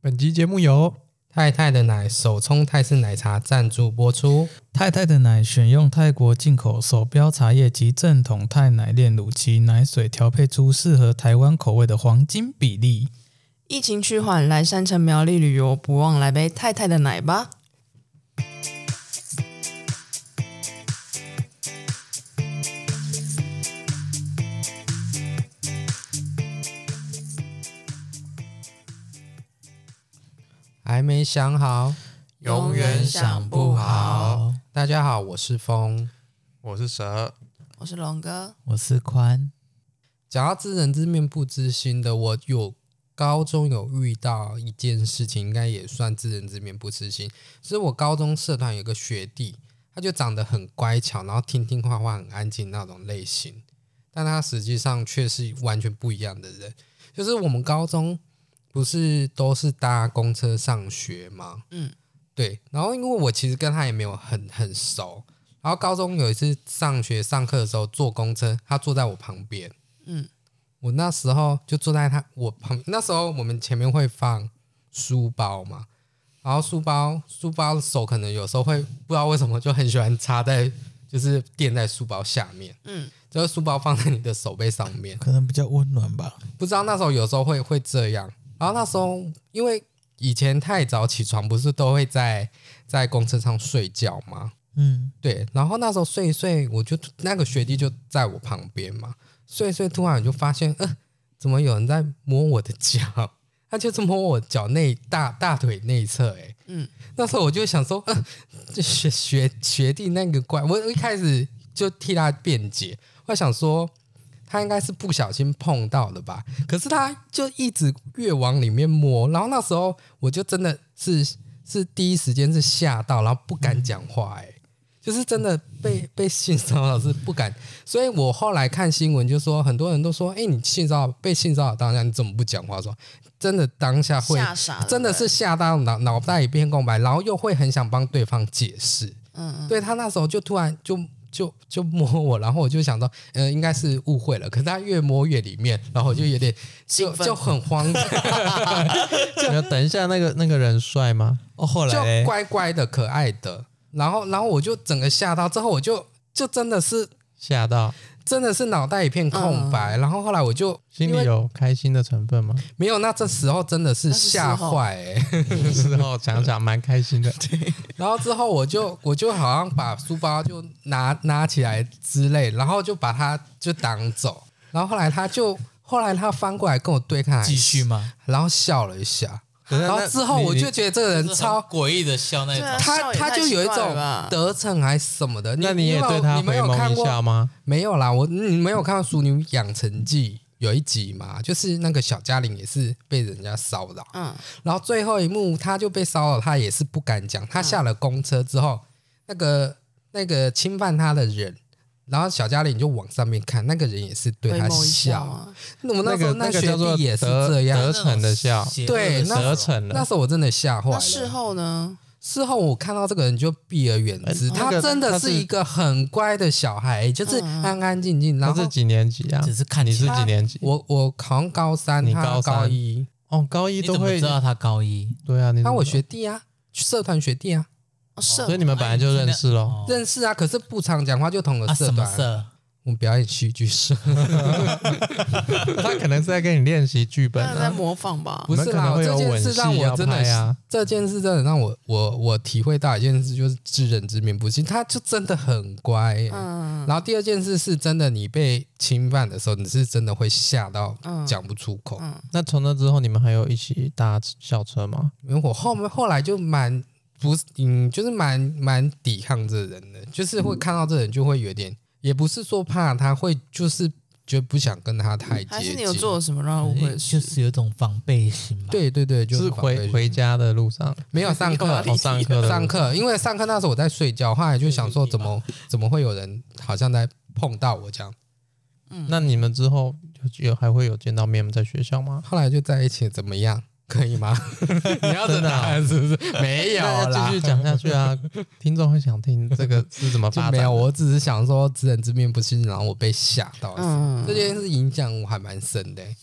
本集节目由太太的奶手冲泰式奶茶赞助播出。太太的奶选用泰国进口手标茶叶及正统泰奶炼乳及奶水调配出适合台湾口味的黄金比例。疫情趋缓，来山城苗栗旅游，不忘来杯太太的奶吧。还没想好，永远想不好。大家好，我是风。我是蛇，我是龙哥，我是宽，讲到知人知面不知心的，我有高中有遇到一件事情，应该也算知人知面不知心。就是我高中社团有个学弟，他就长得很乖巧，然后听听话话，很安静那种类型，但他实际上却是完全不一样的人。就是我们高中不是都是搭公车上学吗？嗯，对。然后因为我其实跟他也没有很很熟，然后高中有一次上学上课的时候坐公车，他坐在我旁边。我那时候就坐在他我旁，那时候我们前面会放书包嘛，然后书包书包的手可能有时候会不知道为什么就很喜欢插在就是垫在书包下面，嗯，就是书包放在你的手背上面，可能比较温暖吧。不知道那时候有时候会会这样，然后那时候因为以前太早起床，不是都会在在公车上睡觉吗？嗯，对，然后那时候睡一睡，我就那个学弟就在我旁边嘛，睡一睡，突然我就发现，呃，怎么有人在摸我的脚？ 他就是摸我脚内大大腿内侧、欸，哎，嗯，那时候我就想说，呃，这学学学弟那个怪，我一开始就替他辩解，我想说他应该是不小心碰到的吧，可是他就一直越往里面摸，然后那时候我就真的是是第一时间是吓到，然后不敢讲话、欸，哎。就是真的被被性骚扰是不敢，所以我后来看新闻就说，很多人都说，哎、你性骚扰被性骚扰当下你怎么不讲话说？真的当下会吓傻了，真的是吓到脑脑袋一片空白，然后又会很想帮对方解释。嗯对他那时候就突然就就就摸我，然后我就想到，呃，应该是误会了。可是他越摸越里面，然后我就有点就兴奋就 很慌张，要等一下那个那个人帅吗？哦，后就来嘞乖乖的、可爱的。然后，然后我就整个吓到，之后我就就真的是吓到，真的是脑袋一片空嗯白。然后后来我就心因里为有开心的成分 吗？没有，那这时候真的是那是事吓后坏、欸，之后想想哦蛮开心 的。然后之后我就我就好像把书包就拿拿起来之类，然后就把他就挡走。然后后来他就后来他翻过来跟我对看，继续，吗？然后笑了一下。等一下然后那之后你我你就觉得这个人超超。诡异的笑那对啊种，他笑也他太就有一奇怪种了吧得逞还是什么的，那你也对他你们回有看眸一过笑吗？没有啦，我你没有看《熟女养成记》有一集嘛，就是那个小嘉玲也是被人家骚扰，嗯，然后最后一幕她就被骚扰，她也是不敢讲。嗯她下了公车之后，那个那个侵犯她的人，然后小嘉玲就往上面看，那个人也是对回她眸一笑笑。啊，那我那时个候那个学叫做弟也是得这样得，逞的笑，对那得逞那了。时候我真的吓坏那了。事后呢？事后我看到这个人就避而远之，哎那个他真的他是是一个很乖的小孩，就是嗯嗯安安静静。然他后是几年级啊？只是看你起是来几年级？我我考上高三，你他高三高一，哦，高一你都怎么会知道他高一？对啊，你他怎么我知道学弟啊，社团学弟啊，哦，社所以你们本来就认识喽。哦认识啊，可是不常讲话，就同个啊社什么团。社？我们表演戏剧社，他可能是在跟你练习剧本那个在啊。模仿吧，不是可能啦，会这有件吻事让戏我要真的拍啊，这件事真的让我我我体会到一件事，就是知人知面不知心，他就真的很乖耶、嗯，然后第二件事是真的，你被侵犯的时候，你是真的会吓到嗯讲不出口。那从那之后，你们还有一起搭校车吗？因为我后面后来就蛮不是，嗯，就是蛮蛮抵抗这人的，就是会看到这人就会有点，也不是说怕他，会就是觉得不想跟他太嗯还是接你近。有做了什么让他误会对的哎事？就是有一种防备心吧。，对对对，就是是回回家的路上，没有上课，哦，上课的上课，因为上课那时候我在睡觉，后来就想说怎么怎么会有人好像在碰到我这样，那你们之后有有还会有见到面吗？在学校吗？后来就在一起，怎么样？可以吗？你要等 真的啊答案 是不是？ 没有那啦要继，续讲下去啊， 听众会想听这个是怎么就发没展有。啊的。我只是想说知人知面不知心，然后我被吓到。嗯这件事影响我还蛮深的欸、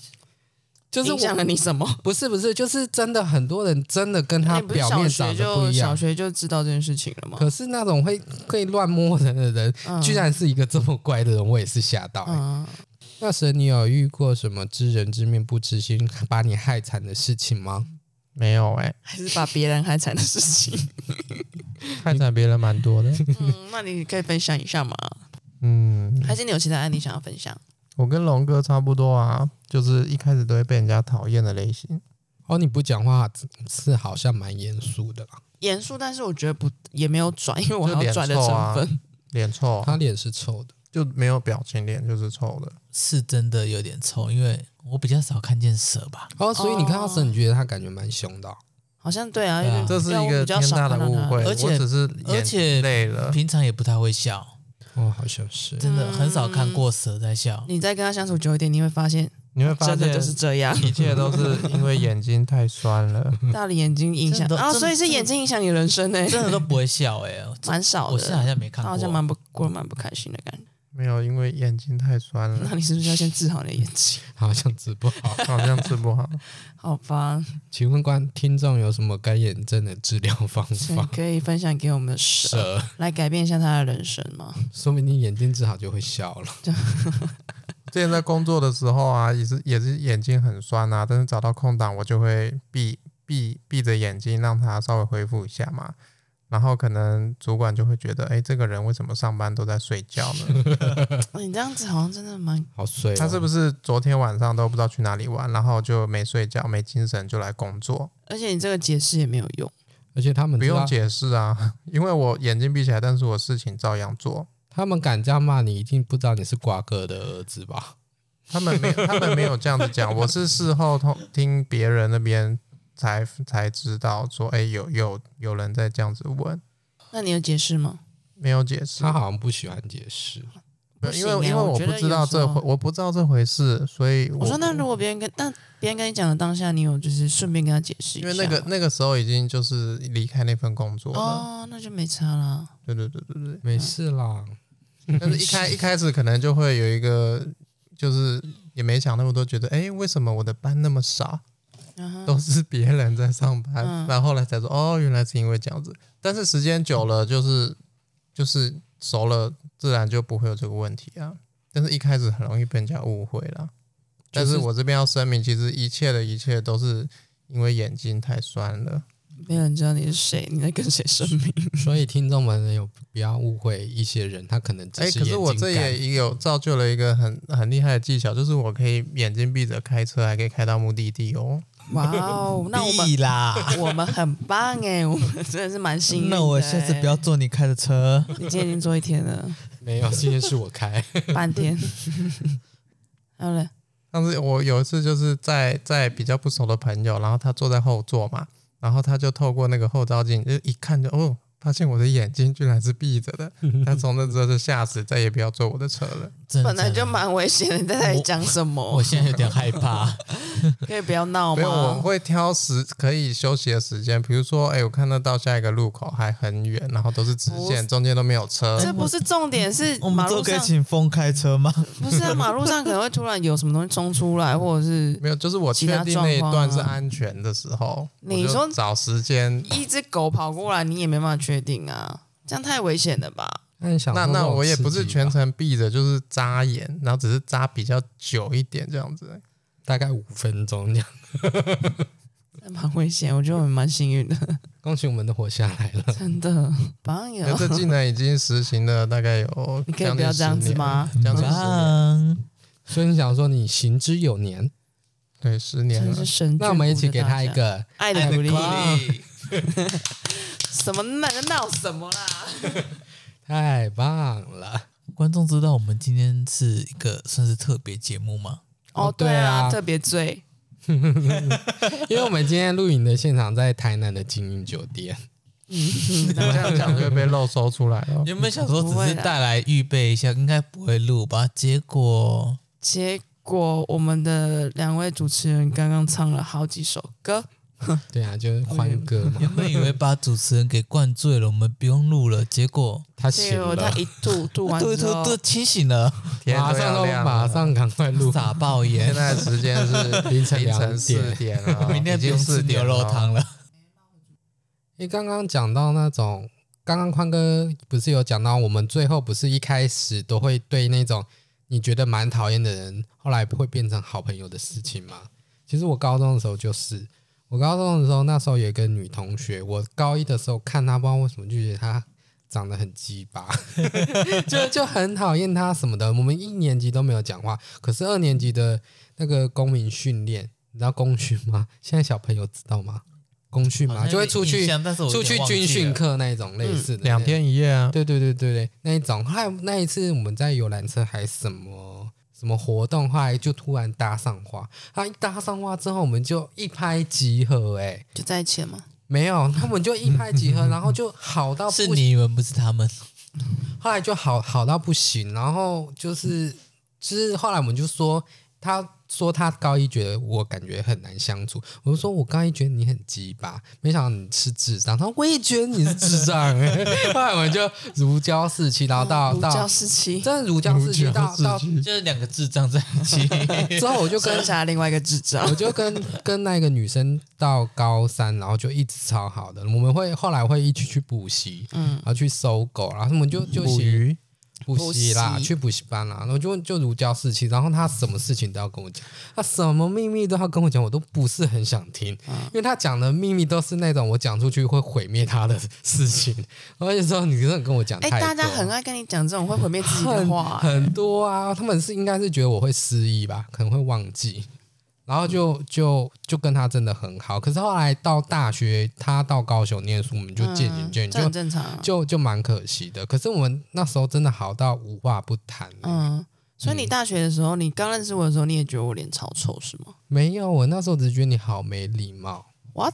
就是影响了我你什么？不是不是，就是真的很多人真的跟他你不是表小面学长得就不一小样。学就知道这件事情了吗？可是那种会会乱摸人的人，嗯居然是一个这么乖的人，我也是吓到、欸。嗯，那时你有遇过什么知人知面不知心，把你害惨的事情吗？没有欸哎、还是把别人害惨的事情。 害惨别人蛮多的。嗯，那你可以分享一下吗？嗯，还是你有其他案例想要分享？我跟龙哥差不多啊，就是一开始都会被人家讨厌的类型。哦，你不讲话是好像蛮严肃的啦。严肃，但是我觉得不也没有转，因为我就还有脸转的臭成啊分。脸啊臭，他脸是臭的，就没有表情，脸就是臭的。是真的有点臭，因为我比较少看见蛇吧。哦，所以你看到蛇，你觉得他感觉蛮凶的哦、好像对啊，对啊因为这是一我个比较天少大看的到误他会，而且我只是而且眼累嗯了。平常也不太会笑，哦，好像是。真的很少看过蛇在笑。你再跟他相处久一点，你会发现你会发真的现，。就是这样 一切都是因为眼睛太酸了。 大的眼睛影响真的啊，真的所以是眼睛影响你人生呢，真的都不会笑哎、欸，蛮少的。我是好像没他看过，好像蛮不过得蛮不开心的感觉。没有，因为眼睛太酸了那，你是不是要先治好你的眼 睛？好像治不好。好像治不好。 好吧，请问观听众有什么干眼症的治疗方所以法？可以分享给我们的蛇，蛇，来改变一下他的人生 吗？ 说明你眼睛治好就会笑了。之前在工作的时候啊，也是也是眼睛很酸啊，但是找到空档我就会闭闭闭着眼睛，让它稍微恢复一下嘛。然后可能主管就会觉得，哎，这个人为什么上班都在睡觉 呢？哦你这样子好像真的蛮……好水、哦，他是不是？是昨天晚上都不知道去哪里玩，然后就没睡觉、没精神就来工作？而且你这个解释也没有用，而且他们不知道用，解释啊， 因为我眼睛闭起来，但是我事情照样做。他们敢这样骂你，一定不知道你是瓜哥的儿子吧？他们没 有，他们没有这样子讲，我是事后通听别人那边才才知道说，哎，有有有人在这样子问，那你有解释吗？没有解释他，好像不喜欢解释。没有因为不行欸因为我觉不得知道有时这候回我不知道这回事，所以我说哦那如果别人跟那别人跟你讲的当下，你有就是顺便跟他解释一因下为吗，那个那个时候已经就是离开那份工作了，啊哦，那就没差啦。对对对对对，没事啦，但是一 开一开始可能就会有一个就是。也没想那么多，觉得哎、为什么我的班那么少？嗯哼都是别人在上班，嗯然后后来才说哦，原来是因为这样子。但是时间久了，就是就是熟了，自然就不会有这个问题啊。但是一开始很容易被人家误会啦。但是我这边要声明，其实一切的一切都是因为眼睛太酸了。没有人知道你是谁，你在跟谁声 明？所以听众们有不要误会一些人，他可能只哎、是可是我眼睛这干也有造就了一个很很厉害的技巧，就是我可以眼睛闭着开车，还可以开到目的地哦。哇哦，那我们屁啦！我们很棒哎，我们真的是蛮幸运的欸。那我下次不要坐你开的车。你今天已经做一天了，没有，今天是我开。半 天。好了，上次我有一次就是在在比较不熟的朋友，然后他坐在后座嘛，然后他就透过那个后照镜，就一看就哦，发现我的眼睛居然是闭着 的。他从那之后就吓死，再也不要坐我的车了。真的本来就蛮危险的，你在那里讲什我么？现在有点 害怕。可以不要闹没有，我吗？会挑时可以休息的时间，比如说，哎，我看到到下一个路口还很远，然后都是直不线，中间都没有车。这不是重点，是我马们都路可以上请风开车吗？不是啊马路上可能会突然有什么东西冲出来，或者是没有，就是我确其他定那一状况段是啊安全的时候，你我就说找时间。一只狗跑过来，你也没办法确定啊，这样太危险了吧？那你 想那说那种我也刺不是激全吧程闭着，就是眨眼，然后只是眨比较久一点这样子而已。大概五分钟这样。蛮危险，我觉得我们蛮幸 运的，恭喜我们都活下来了。真的棒呀那！这技能已经实行了大概有你可以将近不要这样子吗10年？将近十年，嗯，所以你想说你行之有年，对，十年真了是。神眷嗯啊顾着大家。那我们一起给他一个爱的鼓励。励，什么闹闹什么啦？太棒了！观众知道我们今天是一个算是特别节目吗？哦，对对啊，啊特别醉，因为我们今天录影的现场在台南的精英酒店，嗯这样讲就会被漏搜出来了。原本想哦说只不会是啦带来预备一下，应该不会录吧？结果结果我们的两位主持人刚刚唱了好几首歌，对啊，就是欢歌嘛。原本以为把主持人给灌醉了，我们不用录了，结果他结醒果他了，一吐吐完对之对 后，对，清醒了，天马都上要都亮了马上赶快录。 傻爆现眼， 在时间是凌晨凌两晨四点点了，明天已不经用四吃点牛肉了汤啊了。因为刚刚讲到那种，刚刚宽哥不是有讲到，我们最后不是一开始都会对那种你觉得蛮讨厌的人，后来会变成好朋友的事情吗？其实我高中的时候就是，我高中的时候那时候有一个女同学，我高一的时候看她，不知道为什么就觉得她长得很鸡巴， 就就很讨厌她什么的。我们一年级都没有讲话，可是二年级的那个公民训练，你知道公训吗？现在小朋友知道吗？公训好吗？像就会有出印去象但是我有出去点忘记军训了嗯课那一种类似的、两天一夜啊，对对对对对，那一种。后来那一次我们在游览车还什么什么活动，后来就突然搭上话。他一搭上话之后，我们就一拍即合、欸。哎，就在一起了吗？没有，他们就一拍即 合，然后就好到是不你们不是他们，后来就好好到不行，然后就是就是后来我们就说，他说他高一觉得我感觉很难相处，我就说我高一觉得你很鸡巴，没想到你是智障，他说我也觉得你是智障、 欸，后来我们就如胶似漆，然后到如胶到似漆，真的如胶似漆，到到 就是两个智障在一起。之后我就跟剩下另外一个智障 我。就跟跟那个女生到高三，然后就一直超好的，我们会后来会一起去补习，嗯，然后去搜狗，然后我们就就写鱼补习啦，补习去补习班啦，然后就就如胶似漆，然后他什么事情都要跟我讲，他什么秘密都要跟我讲，我都不是很想听，啊因为他讲的秘密都是那种我讲出去会毁灭他的事情， 而且说你真的跟我讲哎、太多，大家很爱跟你讲这种会毁灭自己的很话、很多啊，他们是应该是觉得我会失忆吧，可能会忘记，然后就就就跟他真的很好，可是后来到大学，他到高雄念书，我 们就渐行渐嗯这远，很就正常、啊。就就蛮可惜的。可是我们那时候真的好到无话不谈、嗯，嗯，所以你大学的时候，你刚认识我的时候，你也觉得我脸超臭是吗？没有，我那时候只是觉得你好没礼貌。 What？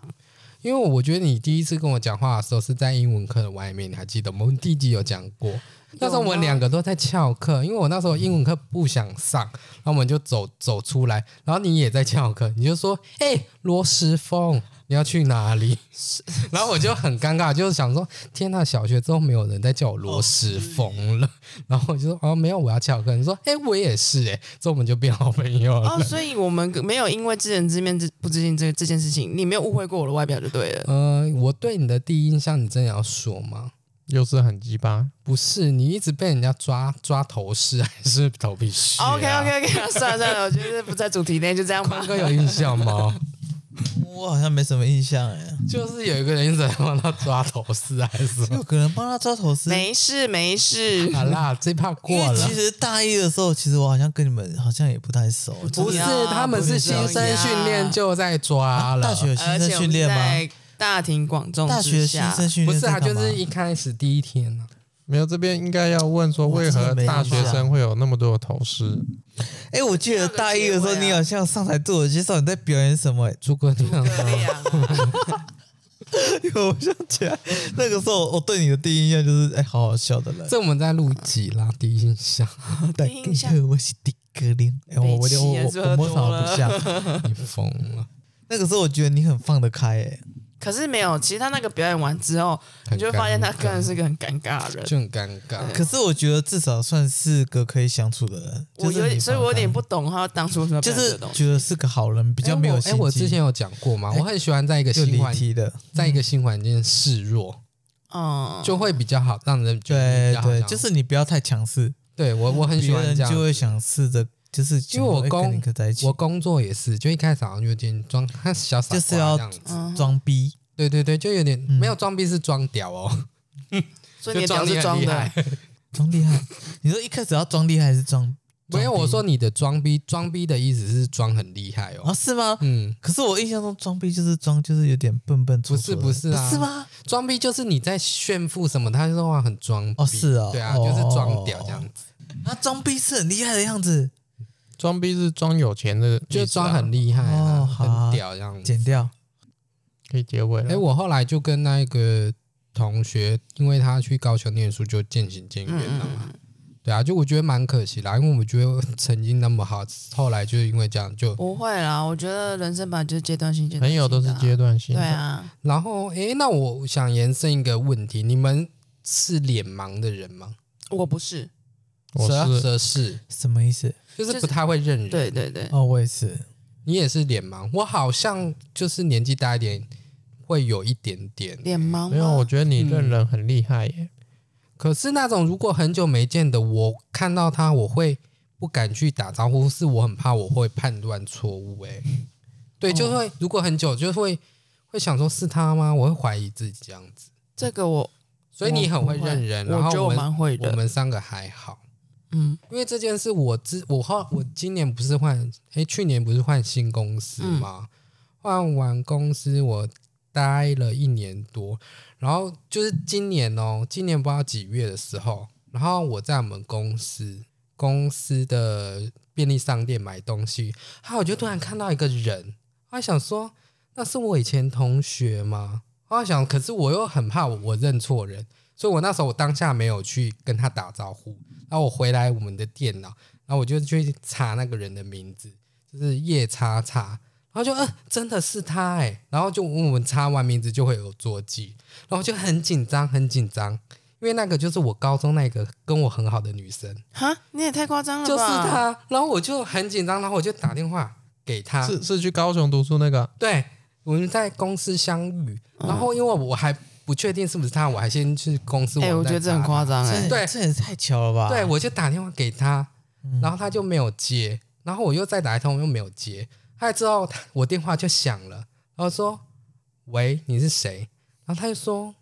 因为我觉得你第一次跟我讲话的时候是在英文课的外面，你还记得吗我们第一集有讲过，那时候我们两个都在翘课，因为我那时候英文课不想上，然后我们就走走出来，然后你也在翘课，你就说：“哎、罗时峰，你要去哪里？” 然后我就很尴尬，就是想说：“天呐，小学之后没有人再叫我罗时峰了。然后我就说：“哦，没有，我要翘课。”你说：“哎、我也是哎、之后我们就变好朋友了。 哦，所以我们没有因为知人知面知不知心这这件事情，你没有误会过我的外表就对了。嗯、我对你的第一印象，你真的要说吗？又是很鸡巴，不是，你一直被人家抓抓头饰还是头皮屑、啊 OK OK OK，算 了算了，我觉得不在主题内，就这样吧宽。哥有印象吗？ 我好像没什么印象哎，就是有一个人一直在帮他抓头饰还是什么。 有可能帮他抓头丝。没事没事，好啦，这怕因过为了其。实大一的时候，其实我好像跟你们好像也不太熟。不是，他们是新生训练就在抓了。啊大学有新而生且我训们是练吗？在大庭广众大学之新下，生训不练是啊，在干就嘛是一开始第一天啊呢、没有这边应该要问说，为我真何的没大学印象生会有那么多的头饰？哎、我记得大一的时候，那个结尾啊你好像上台自我介绍，你在表演什么、哎， 诸葛亮各样 我想起来，那个时候我对你的第一印象就是，哎、好好笑的人。这我们在录几啦？第一印象，大第一印象哥我是迪格林。哎、我我北我齐我也是我喝模仿多得不像。你疯了，那个时候我觉得你很放得开、哎，可是没有，其实他那个表演完之后，你很就会发现他尴尬真的是个很尴尬的人。就很尴尬。哎可是我觉得至少算是个可以相处的人。我有点，点，所以我有点不懂他当初为什么就表演这是个东西。觉得是个好人，比比较没有哎、心我机哎之前有讲过嘛，我很喜欢在一个就新离环，题的。在一个新环境示弱，嗯，就会比较好，让人觉得对比较好对，相处就是你不要太强势，对我我很喜别欢人这样就会子想试着就是因为我想说哎公跟你可在一起，我工作也是，就一开始好像有点装小傻瓜就是要啊嗯这样子，装逼。对对对，就有点、没有装逼是装屌哦，所以就你的表装是得装很厉的害，装厉害。 你说一开始要装厉害还是装？没有装逼我说你的装逼，装逼的意思是装很厉害啊，哦，是吗？嗯，可是我印象中装逼就是装，就是有点笨笨拙不拙是的不是啊，不是？吗？装逼就是你在炫富什么，他就说哇很装逼哦是哦对啊，哦就是装屌这样子，啊，装逼是很厉害的样子，装逼是装有钱的意思啊，就装很厉害啊，哦好啊很屌这样子。剪掉。可以结尾了。哎、我后来就跟嗯嗯那个同学，因为他去高雄念书，就渐行渐远了嘛。对啊，就我觉得蛮可惜啦，因为我觉得曾经那么好，后来就是因为这样就，不会啦，我觉得人生本来就是阶段性，阶段朋性的友啊都是阶段性对的，啊，然后诶，那我想延伸一个问题，你们是脸盲的人吗？我不是，我蛇是蛇是，什么意思？就是就不是太会认人。对对对，哦，我也是，你也是脸盲，我好像就是年纪大一点会有一点点。脸盲吗没有，我觉得你认人很厉害耶，可是那种如果很久没见的，我看到他我会不敢去打招呼，是我很怕我会判断错误、欸。对，就哦会、如果很久就会会想说是他吗？我会怀疑自己这样子。这个我，所以你很会认人，哦我然我觉后我得我们蛮会我的，们三个还好，嗯因为这件事我之我后我今年不是换诶，去年不是换新公司吗？换完公司我待了一年多，然后就是今年哦，今年不知道几月的时候，然后我在我们公司公司的便利商店买东西，然后我就突然看到一个人，我还想说那是我以前同学吗？我还想，可是我又很怕我我认错人，所以我那时候我当下没有去跟他打招呼，然后我回来我们的电脑，然后我就去查那个人的名字，就是叶叉叉，然后就嗯、呃真的是他哎、然后就我们查完名字就会有座机，然后就很紧张很紧张，因为那个就是我高中那个跟我很好的女生，哈，你也太夸张了吧，就是她，然后我就很紧张，然后我就打电话给她，是是去高雄读书那个，对，我们在公司相遇，嗯然后因为我还不确定是不是他，我还先去公司网哎、站查。我觉得这很夸张哎这，对这也太巧了吧？对，我就打电话给他，然后他就没有接，然后我又再打一通又没有接，后来之后他我电话就响了，然后说：“喂，你是谁？”然后他就说：“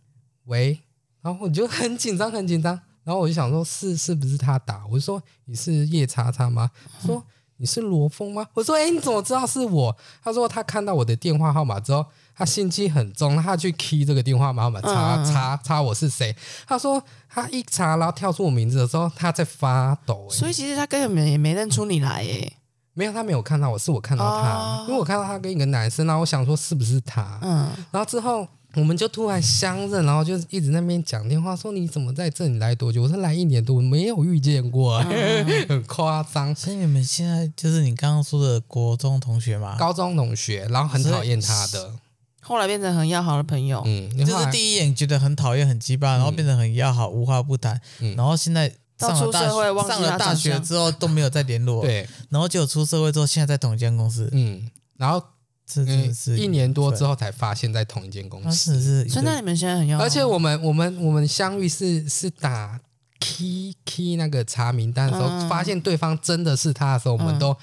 喂。”然后我就很紧张，很紧张，然后我就想说是是不是他打？我就说：“你是叶叉叉吗？”他说：“你是罗峰吗？”我说：“哎，你怎么知道是我？”他说：“他看到我的电话号码之后。”他心机很重，他去 key 这个电话号码，查嗯嗯嗯查查我是谁，他说他一查，然后跳出我名字的时候，他在发抖、欸。所以其实他根本也没认出你来哎，没有，他没有看到我，是我看到他，哦因为我看到他跟一个男生，然后我想说是不是他，嗯，然后之后我们就突然相认，然后就一直在那边讲电话，说你怎么在这里来多久？我说来一年多，我没有遇见过、 很夸张。所以你们现在就是你刚刚说的国中同学嘛，高中同学，然后很讨厌他的，后来变成很要好的朋友，嗯，就后是来第一眼觉得很讨厌、很鸡巴，然后变得很要好、无话不谈，嗯然后现在到上了出大社会忘记学，他上了大长学相之后都没有再联络，，对，然后结果出社会之后，现在在同一间公司，嗯，然后这真的嗯是一年多之后，后才发现，在同一间公他司。真的是一所以那个你们现在很哦要好，而且我们我们我们相遇是是打 key key 那个查名单的时候，嗯发现对方真的是他的时候，我们嗯都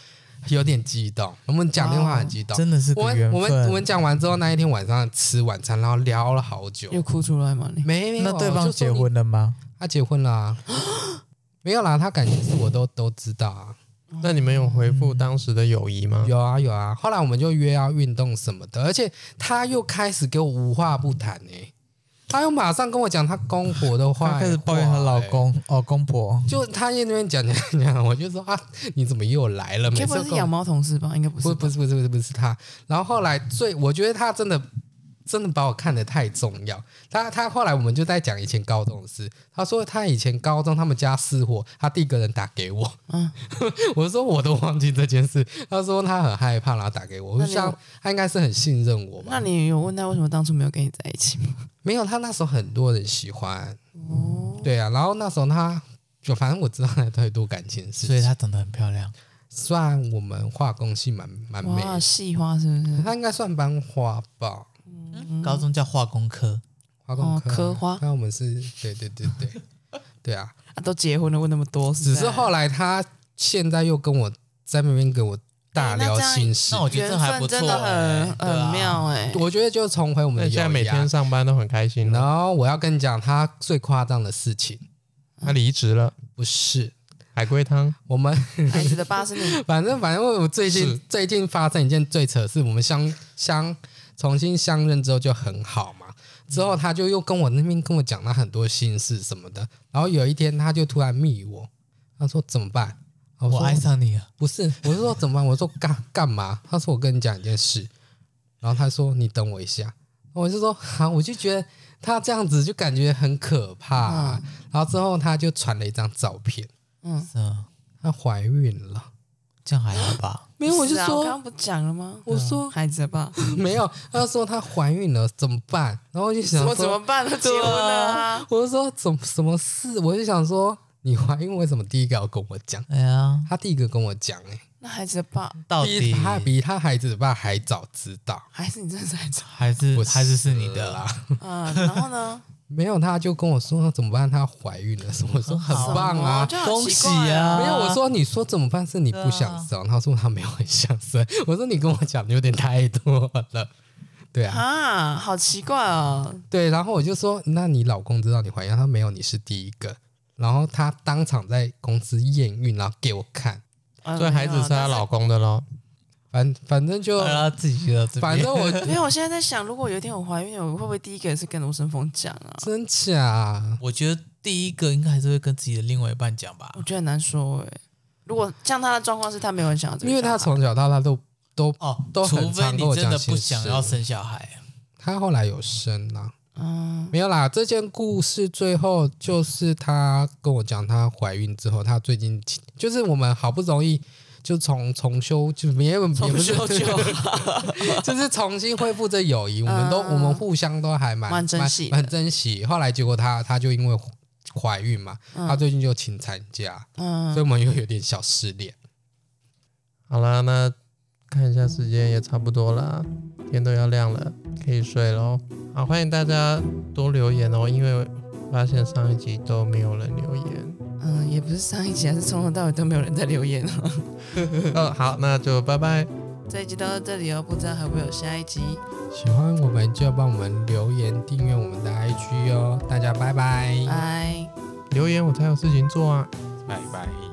有点激动，我们讲电话很激动。哦真的是我个们缘我们我分。们讲完之后，那一天晚上吃晚餐，然后聊了好久。又哭出来嘛你，没有，那哦对方就说结你，婚了吗？他结婚啦、 没有啦，他感情是我都都知道啊，那你们有回复当时的友谊嗯吗？有啊有啊。后来我们就约要运动什么的，而且他又开始给我无话不谈哎、他又马上跟我讲他公婆的话、欸她开始抱怨她老公哦，公婆。就他在那边讲讲讲，我就说啊，你怎么又来了？该每次不会都是跟养我猫同事吧？应该不是不吧，不是不是不是不是他。然后后来最，我觉得他真的真的把我看得太重要。他他后来我们就在讲以前高中的事，他说他以前高中他们家失火，他第一个人打给我，嗯 我说我都忘记这件事。他说他很害怕，然后打给我，我那就你有想他应该是很信任我吧那？你有问他为什么当初没有跟你在一起吗？没有，他那时候很多人喜欢，哦对啊。然后那时候他就反正我知道他有太多感情的事情所以她长得很漂亮，算我们化工系蛮蛮美哇，的，细花是不 是？他应该算班花吧，高中叫化工科，化工哦科花那我们是对对对对 对啊，啊都结婚了，问那么多，只在是后来他现在又跟我在那边跟我大哎聊心事那，我觉得缘这还不分真错、的欸，很对啊很。妙哎，我觉得就重回我那们你的现在友每谊啊天。上班都很开心然了。后我要跟你讲他最夸张的事情，他离职了，不是海龟汤，我们 孩子的爸是你，反正反正我最近是最近发生一件最扯的事，我们相相重新相认之后就很好嘛，之后他就又跟我那边跟我讲他很多心事什么的，然后有一天他就突然密我，他说怎么办？我我说爱上你了，不是，我是说怎么办？我说干干嘛？他说我跟你讲一件事，然后他说你等我一下，我就说好、啊，我就觉得他这样子就感觉很可怕、然后之后他就传了一张照片，嗯，是啊，她怀孕了，这样还好吧？没有，我不就是啊说，我刚刚不讲了吗？啊我说孩子吧， 没有，她说她怀孕了怎么办？然后我就想怎说么怎么办呢？结婚了啊，我就说怎么什么事？我就想说你怀孕为什么第一个要跟我讲？哎呀，她第一个跟我讲、欸，那孩子的爸，到比底她比她孩子的爸还早知道，还是你真的是孩子还是我嗯还是是你的啦啦。。啊？然 后呢？没有，她就跟我说怎么办？她怀孕了，我 说很棒啊。什么恭喜！就很奇怪啊！没有，我说你说怎么办？是你不想生？她说她没有很想生。我说你跟我讲的有点太多了。对啊，啊，好奇怪哦！对，然后我就说，那你老公知道你怀孕？他说没有，你是第一个。然后她当场在公司验孕，然后给我看。啊所以孩子是她老公的喽。反反正就让他自己觉得哎这 边反正我？没有，我现在在想，如果有一天我怀孕了，我会不会第一个也是跟卢森峰讲啊 真 假？我觉得第一个应该还是会跟自己的另外一半讲吧我。觉得很难说哎、如果像他的状况是，他没有人想要这个因为小孩他从小到大都都，哦，都除很非常你跟我真的讲心不想事要生小孩，啊他后来有生啦，嗯没有啦。这件故事最后就是她跟我讲，她怀孕之后，她最近就是我们好不容易就从重修，就没有也重不 是修旧就是重新恢复这友谊。我们都、嗯我们互相都还蛮蛮珍惜的蛮蛮珍惜。后来结果她她就因为怀孕嘛，嗯她最近就请产假，所以嗯，我们又有点小失恋。好啦，那看一下时间也差不多啦，天都要亮了，可以睡喽。好，欢迎大家多留言哦，因为发现上一集都没有人留言。 嗯，也不是上一集，还是从头到尾都没有人在留言哦。 哦，好，那就拜拜。这一集到这里哦，不知道还会不会有下一集，喜欢我们就要帮我们留言、订阅我们的 IG 哦，大家拜拜，拜。留言我才有事情做啊。拜拜。